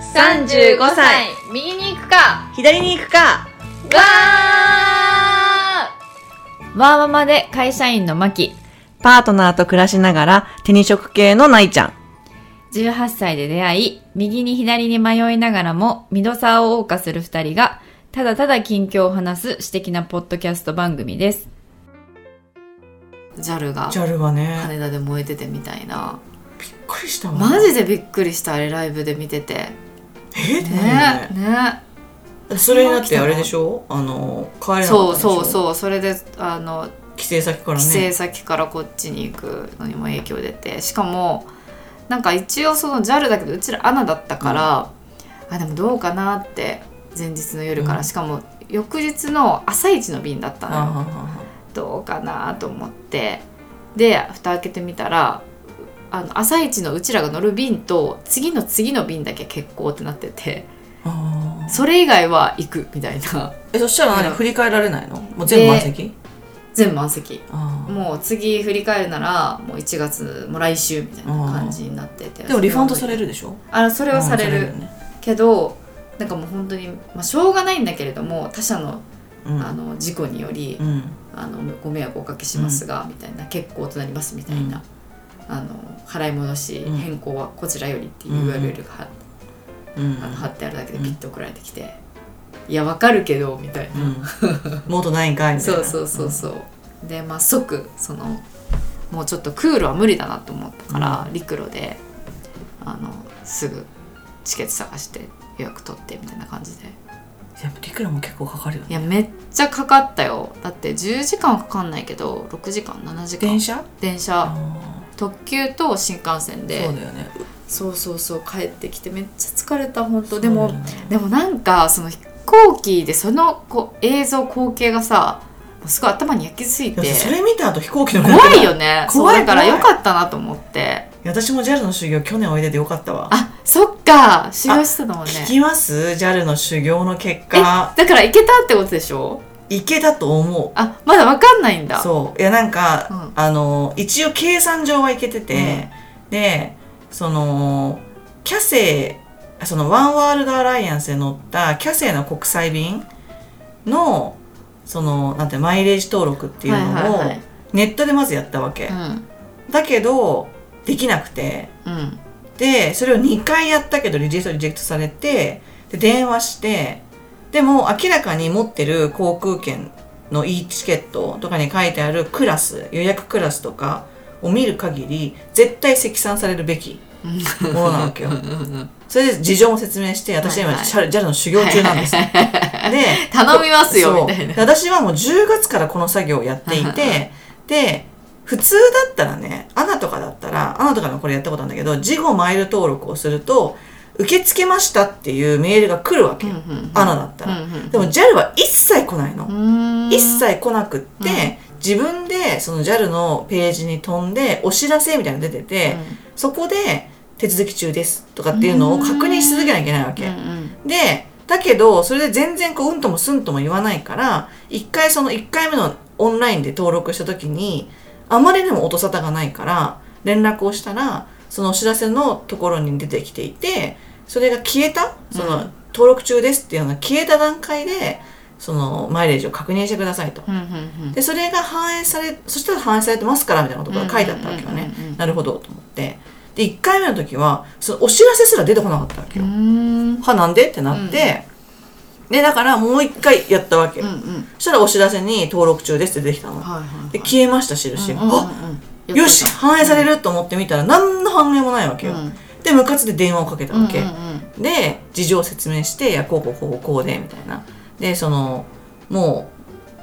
45歳右に行くか左に行くかわーわーままで会社員のマキ。パートナーと暮らしながら手に職系のないちゃん18歳で出会い、右に左に迷いながらも、ミドサーを謳歌する二人が、ただただ近況を話す私的なポッドキャスト番組です。ジャルがジャルがね羽田で燃えててみたいなびっくりしたわマジでびっくりしたあれライブで見ててえってなるねよねねそれになってあれでしょあの帰れなかそったんうでしそょうそうそれであの帰省先から帰省ね先からこっちに行くのにも影響出てしかもなんか一応その JAL だけどうちら ANA だったから、あでもどうかなって前日の夜から、うんしかも翌日の朝一の便だったのあよはははどうかなと思ってで蓋開けてみたらあの朝一のうちらが乗る便と次の次の便だけ欠航ってなっててあーそれ以外は行くみたいなえそしたら何うん振り返られないのもう全部満席全満席あーもう次振り返るならもう1月もう来週みたいな感じになっててでもリファンドされるでしょあそれはされうんるよねけどなんかもう本当にまあしょうがないんだけれども他社のうんあの事故によりうんあのご迷惑をおかけしますがみたいな欠航となりますみたいなあの払い戻しうん変更はこちらよりっていううん URL が貼っうんあの貼ってあるだけでピッと送られてきていやわかるけどみたいなうんもっとないんかいみたい そうなそうそうそう、でまあ即そのもうちょっとクールは無理だなと思ったから、陸路であのすぐチケット探して予約取ってみたいな感じでやっぱリクラも結構かかるよいねやめっちゃかかったよだって10時間はかかんないけど6時間7時間電車電あ車ー特急と新幹線でそうだよねそうそうそう帰ってきてめっちゃ疲れた本当でそうもだよねでもなんかその飛行機でそのこう映像光景がさもうすごい頭に焼き付いでもてさそれ見た後飛行機の怖いよね怖いそうだから怖よいかったなと思っていや私も JAL の修行去年おいでてよかったわあそっか修行してたもんね聞きます JAL の修行の結え果だから行けたってことでしょ行けたと思あまだわかんないんうだそういやなんか、うんあの一応計算上は行けてて、でそのキャセイそのワンワールドアライアンスで乗ったキャセイの国際便のそのなんてマイレージ登録っていうはいのはいはをいネットでまずやったわけ、うんだけどできなくてうんでそれを2回やったけどリジェクトリジェクトされてで電話してでも明らかに持ってる航空券の E チケットとかに書いてあるクラス予約クラスとかを見る限り絶対積算されるべきものなわ けよ。それで事情も説明して私ははい今はい JAL の修行中なんです。で頼みますよそみうたいなで私はもう10月からこの作業をやっていてで普通だったらねアナとかだったらアナとかでもこれやったことあるんだけど事後マイル登録をすると受け付けましたっていうメールが来るわけよ、うんうんうんアナだったら、うんうんでも JAL は一切来ないの、うーん一切来なくって、自分でその JAL のページに飛んでお知らせみたいなの出てて、そこで手続き中ですとかっていうのを確認し続けなきゃいけないわけ、うんうんで、だけど、それで全然こう、うんともすんとも言わないから、一回その一回目のオンラインで登録した時に、あまりにも音沙汰がないから、連絡をしたら、そのお知らせのところに出てきていて、それが消えたその、登録中ですっていうのが消えた段階で、その、マイレージを確認してくださいと。うんうんでそれが反映されそしたら反映されてますからみたいなことが書いてあったわけよね、うんうんうんうんなるほどと思ってで1回目の時はそのお知らせすら出てこなかったわけよ、うんうーんはなんでってなって、でだからもう一回やったわけ、うよんうんそしたらお知らせに登録中ですって出てきたの、はいはいで消えました印、うんうんあうんよし反映されると思ってみたら何の反映もないわけよ、うんで無活で電話をかけたうんうんわうんけ、で事情を説明していやこうこうこうこうでみたいなでそのもう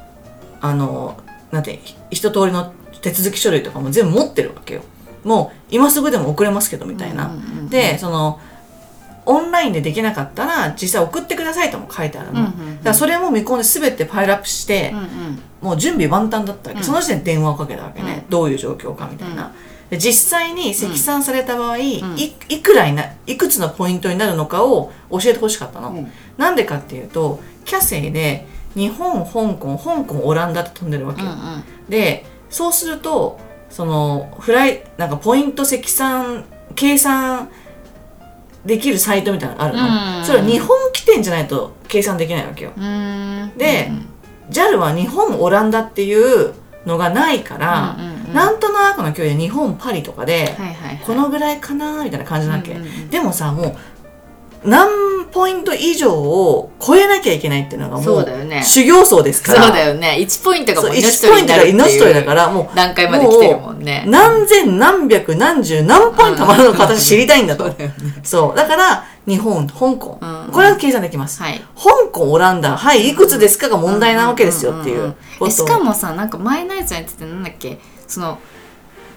あのなんてひ一通りの手続き書類とかも全部持ってるわけよもう今すぐでも送れますけどみたいうな、んうんうんでそのオンラインでできなかったら実際送ってくださいとも書いてあるの、うんうんうんだからそれも見込んで全てパイルアップして、うんうんもう準備万端だったわうけ、んその時点で電話をかけたわけね、うどういう状況かみたいな、で実際に積算された場合、いんいくらにないくつのポイントになるのかを教えてほしかったの、うんなんでかっていうとキャセイで日本香港香港オランダって飛んでるわけうよ、んうんでそうするとそのフライなんかポイント積算計算できるサイトみたいなのがあるの、うんそれは日本起点じゃないと計算できないわけようーんで JAL は日本オランダっていうのがないから、はなんとなくの距離で日本パリとかで、いはいはいこのぐらいかなみたいな感じなわけ、うんうんうんでもさもう何ポイント以上を超えなきゃいけないっていうのがもそううだよね修行僧ですそかうらだよね1ポイントがもうそう命1取ポイりンにトなるがって命取りだいうからも段階まで来てるもんねう何千何百何十何ポイントまでの形知りたいんだと、そうだよねそうだから日本香港、うんこれは計算できます、はい香港オランダはいいくつですかが問題なわけですよっていんんんうんことえしかもさなんか前のやつにやっててなんだっけその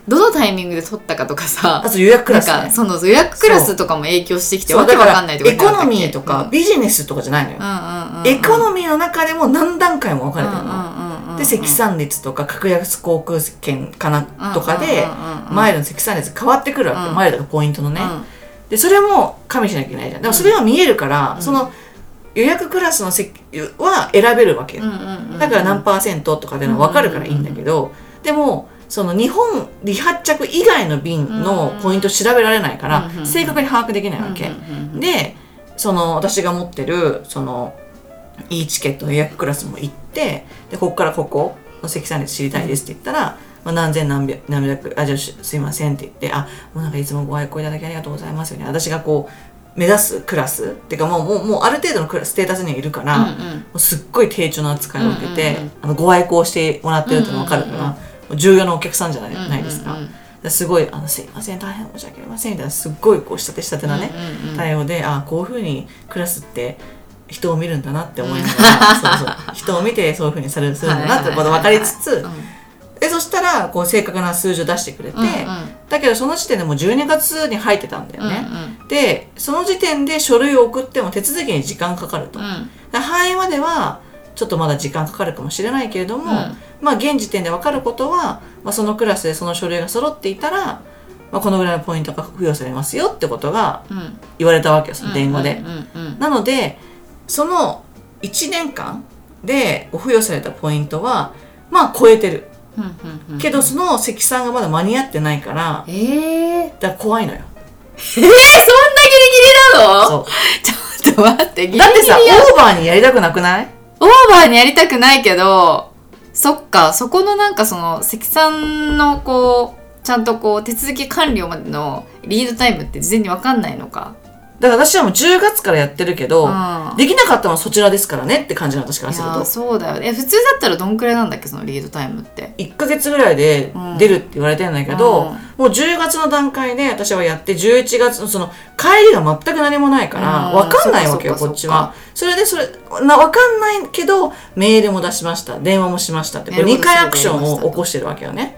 どのタイミングで取ったかとかさあと予約クラス、なんかね、その予約クラスとかも影響してきてそうわけだわかからんないとかエコノミーとかビジネスとかじゃないのよ、エコミノミーの中でも何段階も分かれてるの、ーで積算率とか格安航空券かなとかでマイルの積算率変わってくるわけ、うんマイルとかポイントのね、うんでそれも加味しなきゃいけないじゃんでもそれは見えるから、うんその予約クラスの席は選べるわけよ、うんうんうんだから何パーセントとかっていうのは分かるからいいんだけど、でもその日本離発着以外の便のポイント調べられないから、うん正確に把握できないわけ、うんうんうんうんでその私が持ってるそのいいチケットの予約クラスも行ってでここからここの積算率知りたいですって言ったら、まあ、何千何百何百あじゃあしすいませんって言ってあもうなんかいつもご愛顧いただきありがとうございますよね私がこう目指すクラスっていうかもうもうもうある程度のクラスステータスにはいるから、うんもうすっごい丁重な扱いを受けて、うんうんうんあのご愛顧してもらってるっていうの分かるから、うんうんうんもう重要なお客さんじゃない,、うんないですか。うんうんうんですごいあの「すいません大変申し訳ありません」みたいなすっごいこう仕立て仕立てなね、うんうんうん対応であこういうふうにクラスって人を見るんだなって思いながら、そうそう人を見てそういうふうにされるするんだなってこと分かりつつでそしたらこう正確な数字を出してくれて、うんうんだけどその時点でもう12月に入ってたんだようんね。でその時点で書類を送っても手続きに時間かかると。うんうんだから範囲まではちょっとまだ時間かかるかもしれないけれども、うんまあ現時点で分かることは、まあ、そのクラスでその書類が揃っていたら、まあ、このぐらいのポイントが付与されますよってことがうん言われたわけよその電話で。うんうんうんなのでその1年間でこう付与されたポイントはまあ超えてるうんうんうんけどその積算がまだ間に合ってないからえーだから怖いのよえそんなギリギリなのそうちょっと待って、ギリギリだってさオーバーにやりたくなくないオーバーにやりたくないけど、そっか、そこのなんかその、積算のこう、ちゃんとこう、手続き完了までのリードタイムって事前にわかんないのか。だから私はもう10月からやってるけど、うんできなかったのはそちらですからねって感じなの私からいすやるーとそうだよね。え普通だったらどんくらいなんだっけ、そのリードタイムって。 1ヶ月ぐらいで出るって言われてんだけど、うんもう10月の段階で私はやって11月のその帰りが全く何もないからうん分かんないわけよそこっかそっかっちはそれでそれな分かんないけどメールも出しました電話もしましたってこれなるほ2ど回アクションを起こしてるわけよね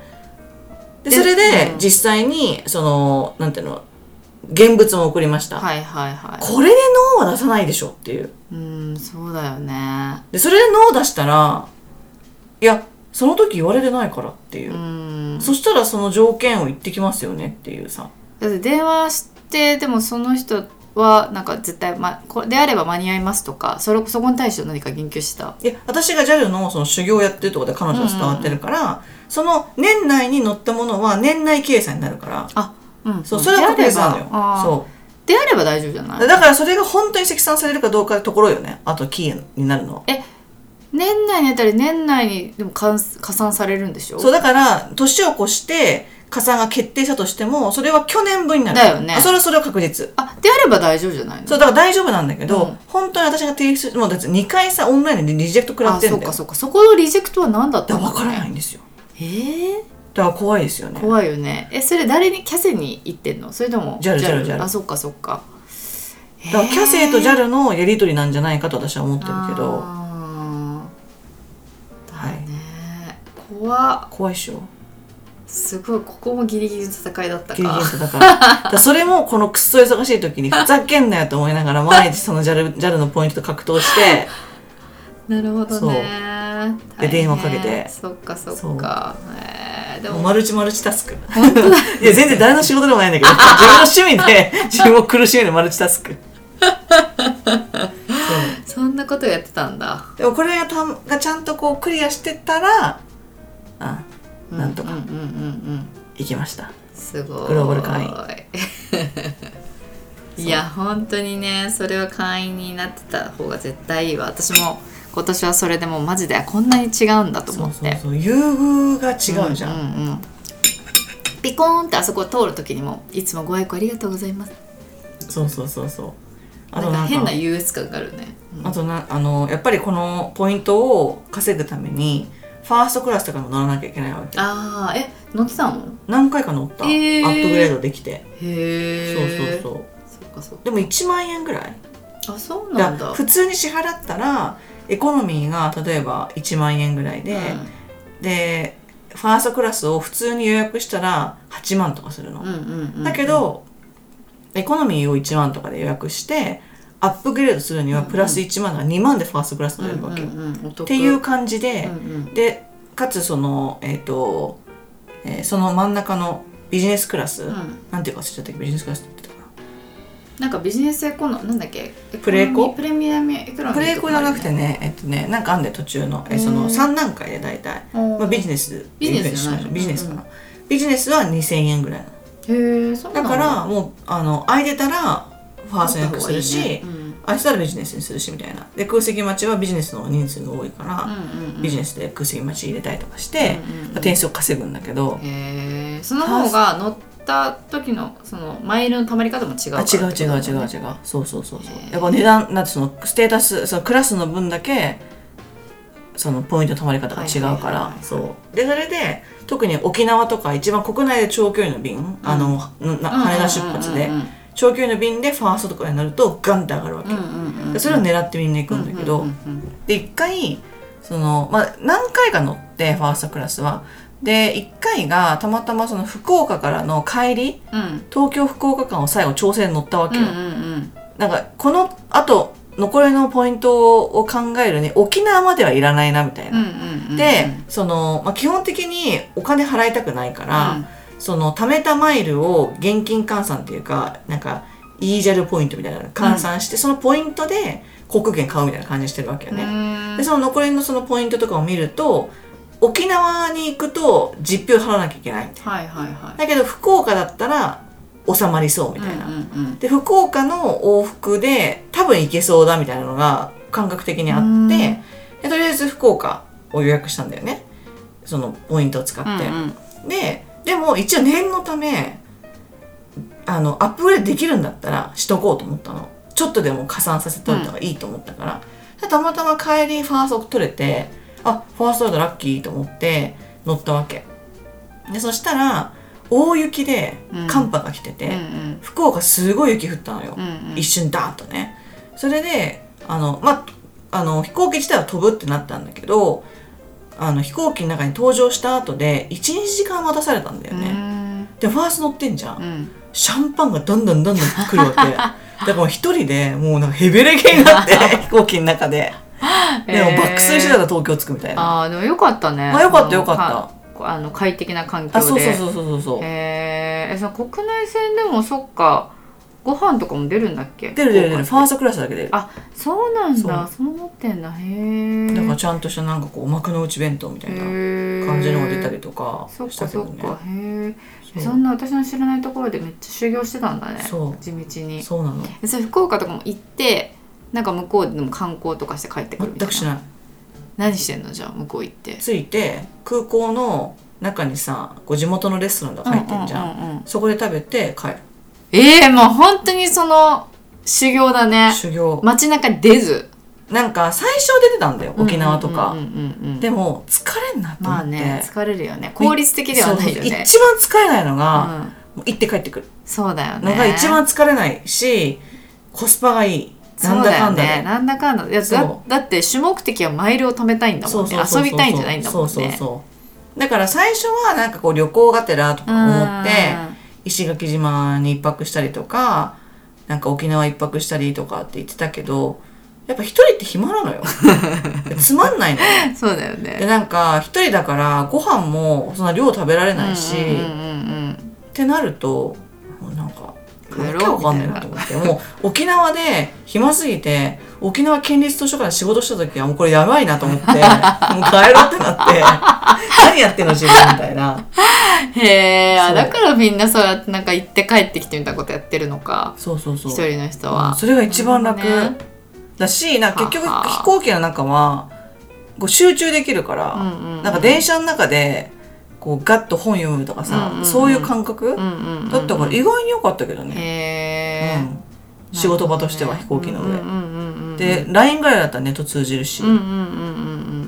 ででそれでうん実際にそのなんていうの現物も送りました、はいはいはい。これでノーは出さないでしょっていううーん、そうだよね。でそれでノー出したらいやその時言われてないからっていうう、ーん。そしたらその条件を言ってきますよねっていうさだって電話してでもその人はなんか絶対、ま、これであれば間に合いますとかそれそこに対して何か言及したいや私が JAL のその修行をやってるってことで彼女は伝わってるから、その年内に乗ったものは年内計算になるからあうんそうそれは確であれ実なばのよあーそであれば大丈夫じゃなういだからそれが本当に積算されるかどうかってところよねあとキーになるのは年内にあたり年内にでも換す加算されるんでしょそうだから年を越して加算が決定したとしてもそれは去年分になるだよねあそれはそれは確実あであれば大丈夫じゃないのそうだから大丈夫なんだけど、うん本当に私が提出してもうだって2回さオンラインでリジェクト食らあってそんうだよかそうかそこのリジェクトは何だっだたからの分からないんですよええだから怖いですよね怖いよねえそれ誰にキャセに行ってんのそれとも JAL JAL JAL あそっかそっかだからキャセイと JAL のやり取りなんじゃないかと私は思ってるけどあーはいだね怖っ怖いっしょすごいここもギリギリの戦いだったギリギリかとだからだからそれもこのくっそ忙しい時にふざけんなよと思いながら毎日その JAL, JAL のポイントと格闘してなるほどそうねで大変電話かけてそっかそそっうかえー でもうもマルチマルチタスクいや全然誰の仕事でもないんだけど自分の趣味で自分を苦しめるマルチタスク そうそんなことやってたんだでもこれがたがちゃんとこうクリアしてたらあうなんとかうんうんうんうん行きましたすごいグローバル会 いや本当にねそれは会員になってた方が絶対いいわ私も今年はそれでもうマジでこんなに違うんだとそ思うっそうてそう優遇が違うじゃん、うんうんピコーンってあそこを通る時にもいつもご愛顧ありがとうございますそうそうそうそうあなとんかなん変かな優越感があるね、うんあとなあのやっぱりこのポイントを稼ぐためにファーストクラスとかにも乗らなきゃいけないわけあーえ乗ってたの何回か乗った、へーアップグレードできて、へえそうそうそうそうそっかそっでも1万円ぐらいかあそうなだんかだら普通に支払ったらエコノミーが例えば1万円ぐらいで、でファーストクラスを普通に予約したら8万とかするの、うん、うんうんうんだけど、エコノミーを1万とかで予約してアップグレードするにはプラス1万だから2万でファーストクラスうんう取れるわけよ、んうん、お得っていう感じうでん、うんでかつそのえっ、と、えーその真ん中のビジネスクラス、うんなんていうか忘れちゃったけどビジネスクラスって言ってたかなんかビジネスエコノなんだっけプレコプレミアムエコノミーとかなあプるよねレイコじゃなくてねえっとねなんかあんで途中の、えーその3段階で大体、うんまあ、ビジネスっていうふうにしましょうビジビジネネススじゃかなな、ビジネスは2000円ぐらいなのへえそうなだんからもうあの空いてたらファースト予約するし取った方がいいね空いてたらビジネスにするしみたいなで空席待ちはビジネスの人数が多いから、うんうんうんビジネスで空席待ち入れたりとかして、うんうんうんまあ点数を稼ぐんだけど、へえその方が乗った時のそのマイルのたまり方も違うからあって違こうと違だうもんね違う違うそうそうそうそうへーやっぱ値段なんてそのステータスそのクラスの分だけそのポイントの貯まり方が違うはかいはいはいらはいそうでそれで特に沖縄とか一番国内で長距離の便、あのなうんうんうんうん羽田出発で長距離の便でファーストとかになるとガンって上がるわけ、うんうんうんでそれを狙ってみんな行くんだけど、うんうんで1回その、まあ、何回か乗ってファーストクラスはで1回がたまたまその福岡からの帰りうん東京福岡間を最後調整に乗ったわうけんよ、うんうんなんかこのあと残りのポイントを考えるに沖縄まではいらないなみたいうんうな。んうんうんで、その、まあ、基本的にお金払いたくないから、うんその貯めたマイルを現金換算っていうかなんかイージャルポイントみたいなの換算して、そのポイントで航空券買うみたいな感じにしてるわけよね。うんでその残りのそのポイントとかを見ると沖縄に行くと実費を払わなきゃいけないみたいはいはいはなだけど福岡だったら収まりそうみいたいな、うんうんで福岡の往復で多分行けそうだみたいなのが感覚的にあうんってでとりあえず福岡を予約したんだよねそのポイントを使って、うんうんででも一応念のためあのアップグレードできるんだったらしとこうと思ったのちょっとでも加算させといた方がいいと思ったから、でたまたま帰りファースト取れてあファーストだラッキーと思って乗ったわけでそしたら大雪でうん寒波が来てて、うんうん福岡すごい雪降ったのよ、うんうん一瞬ダーンとねそれであの、まあ、あの飛行機自体は飛ぶってなったんだけどあの飛行機の中に搭乗した後で12時間待たされたんだよね、でファースト乗ってんじゃん、うんうんシャンパンがどんどんどんどん来る わけだからもう一人でもうなんかヘベレケになって飛行機の中ででもへーバックスしてたら東京着くみたいな、ああでもよかったねまあよかったそのよかったかあの快適な環境であそうそうそうそうそうそうへーえその国内線でもそっかご飯とかも出るんだっけ出る出る出るフ福岡ァってーストクラスだけ出るだかあそうなんだそそう思ってんだへえらちゃんとしたなんかこう幕の内弁当みたいな感感じのが出たりとかそっしかたけそどっねかへえそうそんな私の知らないところでめっちゃ修行してたんだねそう地道にそうなのえそれ福岡とかも行ってなんか向こうでも観光とかして帰ってくるみた全いくなしない何してんのじゃあ向こう行って着いて空港の中にさこう地元のレストランが入ってんじゃん,、ううううそこで食べて帰るええもう本当にその修行だね修行、街中に出ずなんか最初出てたんだよ沖縄とか、うんうんうんうんでも疲れんなと思まっあて、ね疲れるよね効率的ではないよそうそうね一番疲れないのが、うんもう行って帰ってくるそうだよねのが一番疲れないしコスパがいいそなんうだだかよんだでねなんだかんだいやだそだって主目的はマイルを貯めたいんだもんね遊びたいんじゃないんだもんねそうそうそうだから最初はなんかこう旅行がてらとか思って石垣島に一泊したりとかなんか沖縄一泊したりとかって言ってたけどやっぱ一人って暇なの よつまんないのようんそうだよでねなんか一人だからご飯もそんな量食べられないし、うんうんうんうんってなるともうなんか帰わけろうわみたかんないいななと思ってもう沖縄で暇すぎて沖縄県立図書館で仕事した時はもうこれやばいなと思 ってもう帰ろうってなって 何やってんの自分みたいなへえそあうだからみんなそうやってなんか行って帰ってきてみたいなことやってるのかそうそうそう一人の人うはんそれが一番楽、なるほどねだしなんか結局はは飛行機の中はこう集中できるから、うんうんうんなんか電車の中でこうガッと本読むとかさ、うんうんうんそういう感覚、うんうんうんだったから意外に良かったけどへね、え、うん仕事場としては飛行機の上、うんうんうんうん、で LINE ぐらいだったらネット通じるし、うんうんうんうんう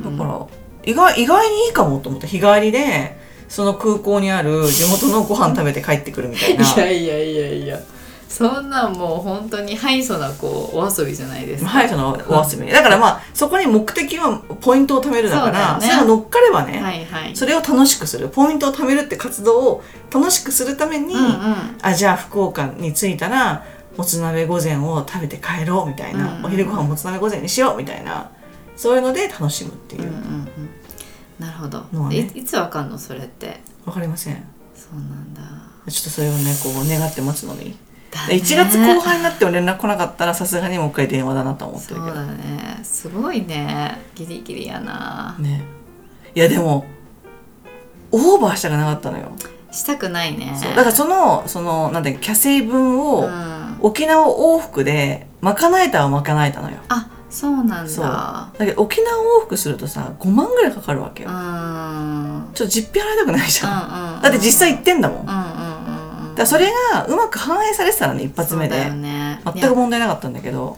んだから意外意外にいいかもと思った日帰りでその空港にある地元のご飯食べて帰ってくるみたい ないやいやいやいやそんなんもう本当に敗訴なこうお遊びじゃないですか、はい、そのお遊びにだからまあそこに目的はポイントを貯めるだからそうだよそねれが乗っかればね、はいはいそれを楽しくするポイントを貯めるって活動を楽しくするために、うんうんあじゃあ福岡に着いたらもつ鍋御膳を食べて帰ろうみたいな、うんうんお昼ご飯もつ鍋御膳にしようみたいなそういうので楽しむっていうう、んうんうわんなるほど、のはねいいつわかんのそれってかりませんちょそうなんだっとそれをねこう願って待つのにだね1月後半になっても連絡来なかったらさすがにもう一回電話だなと思ってそるけうどだねすごいねギリギリやなねいやでもオーバーしたくなかったのよ、したくないねそうだからそのそのなんていうのキャセイ分を、うん、沖縄往復で賄えたは賄えたのよあそうなんそうだだけど沖縄往復するとさ5万ぐらいかかるわけうよ、んうんうんちょっと実費払いたくないじゃん、うんだって実際行ってんだもん、うだかんうんうんうんらそれがうまく反映されてたらね一発目そうで、だよねい全やく問題なかったんだけど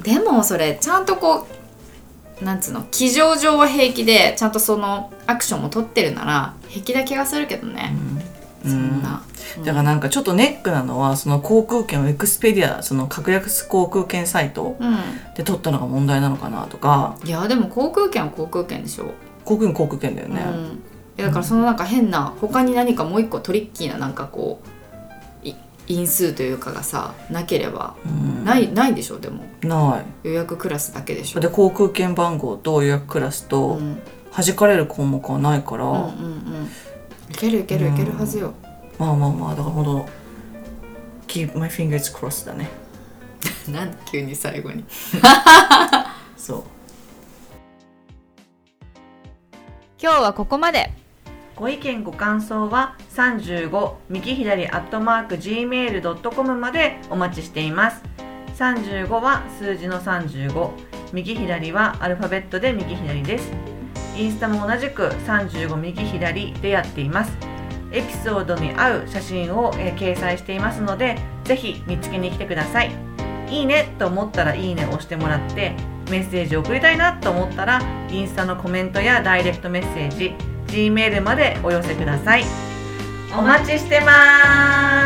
でもそれちゃんとこうなんつうの騎乗上は平気でちゃんとそのアクションも取ってるなら平気な気がするけどね、うんそんな、うんだからなんかちょっとネックなのはその航空券をエクスペディアその格安航空券サイトうんで取ったのが問題なのかなとかいやでも航空券は航空券でしょ、航空券航空券だようね、ん、いやだからそのなんか変な他に何かもう一個トリッキーななんかこうい因数というかがさなければうんないないでしょでもない予約クラスだけでしょで航空券番号と予約クラスうんとうん弾かれる項目はないから、うんうんいけるいけるいけるはずよ、まあまあまあだからほんと Keep my fingers crossed だねなんで急に最後にそう今日はここまでご意見ご感想は35右左アットマーク gmail.com までお待ちしています35は数字の35右左はアルファベットで右左ですインスタも同じく35右左でやっていますエピソードに合う写真を、えー掲載していますのでぜひ見つけに来てくださいいいねと思ったらいいねを押してもらってメッセージを送りたいなと思ったらインスタのコメントやダイレクトメッセージ Gmail までお寄せください。お待ちしてます。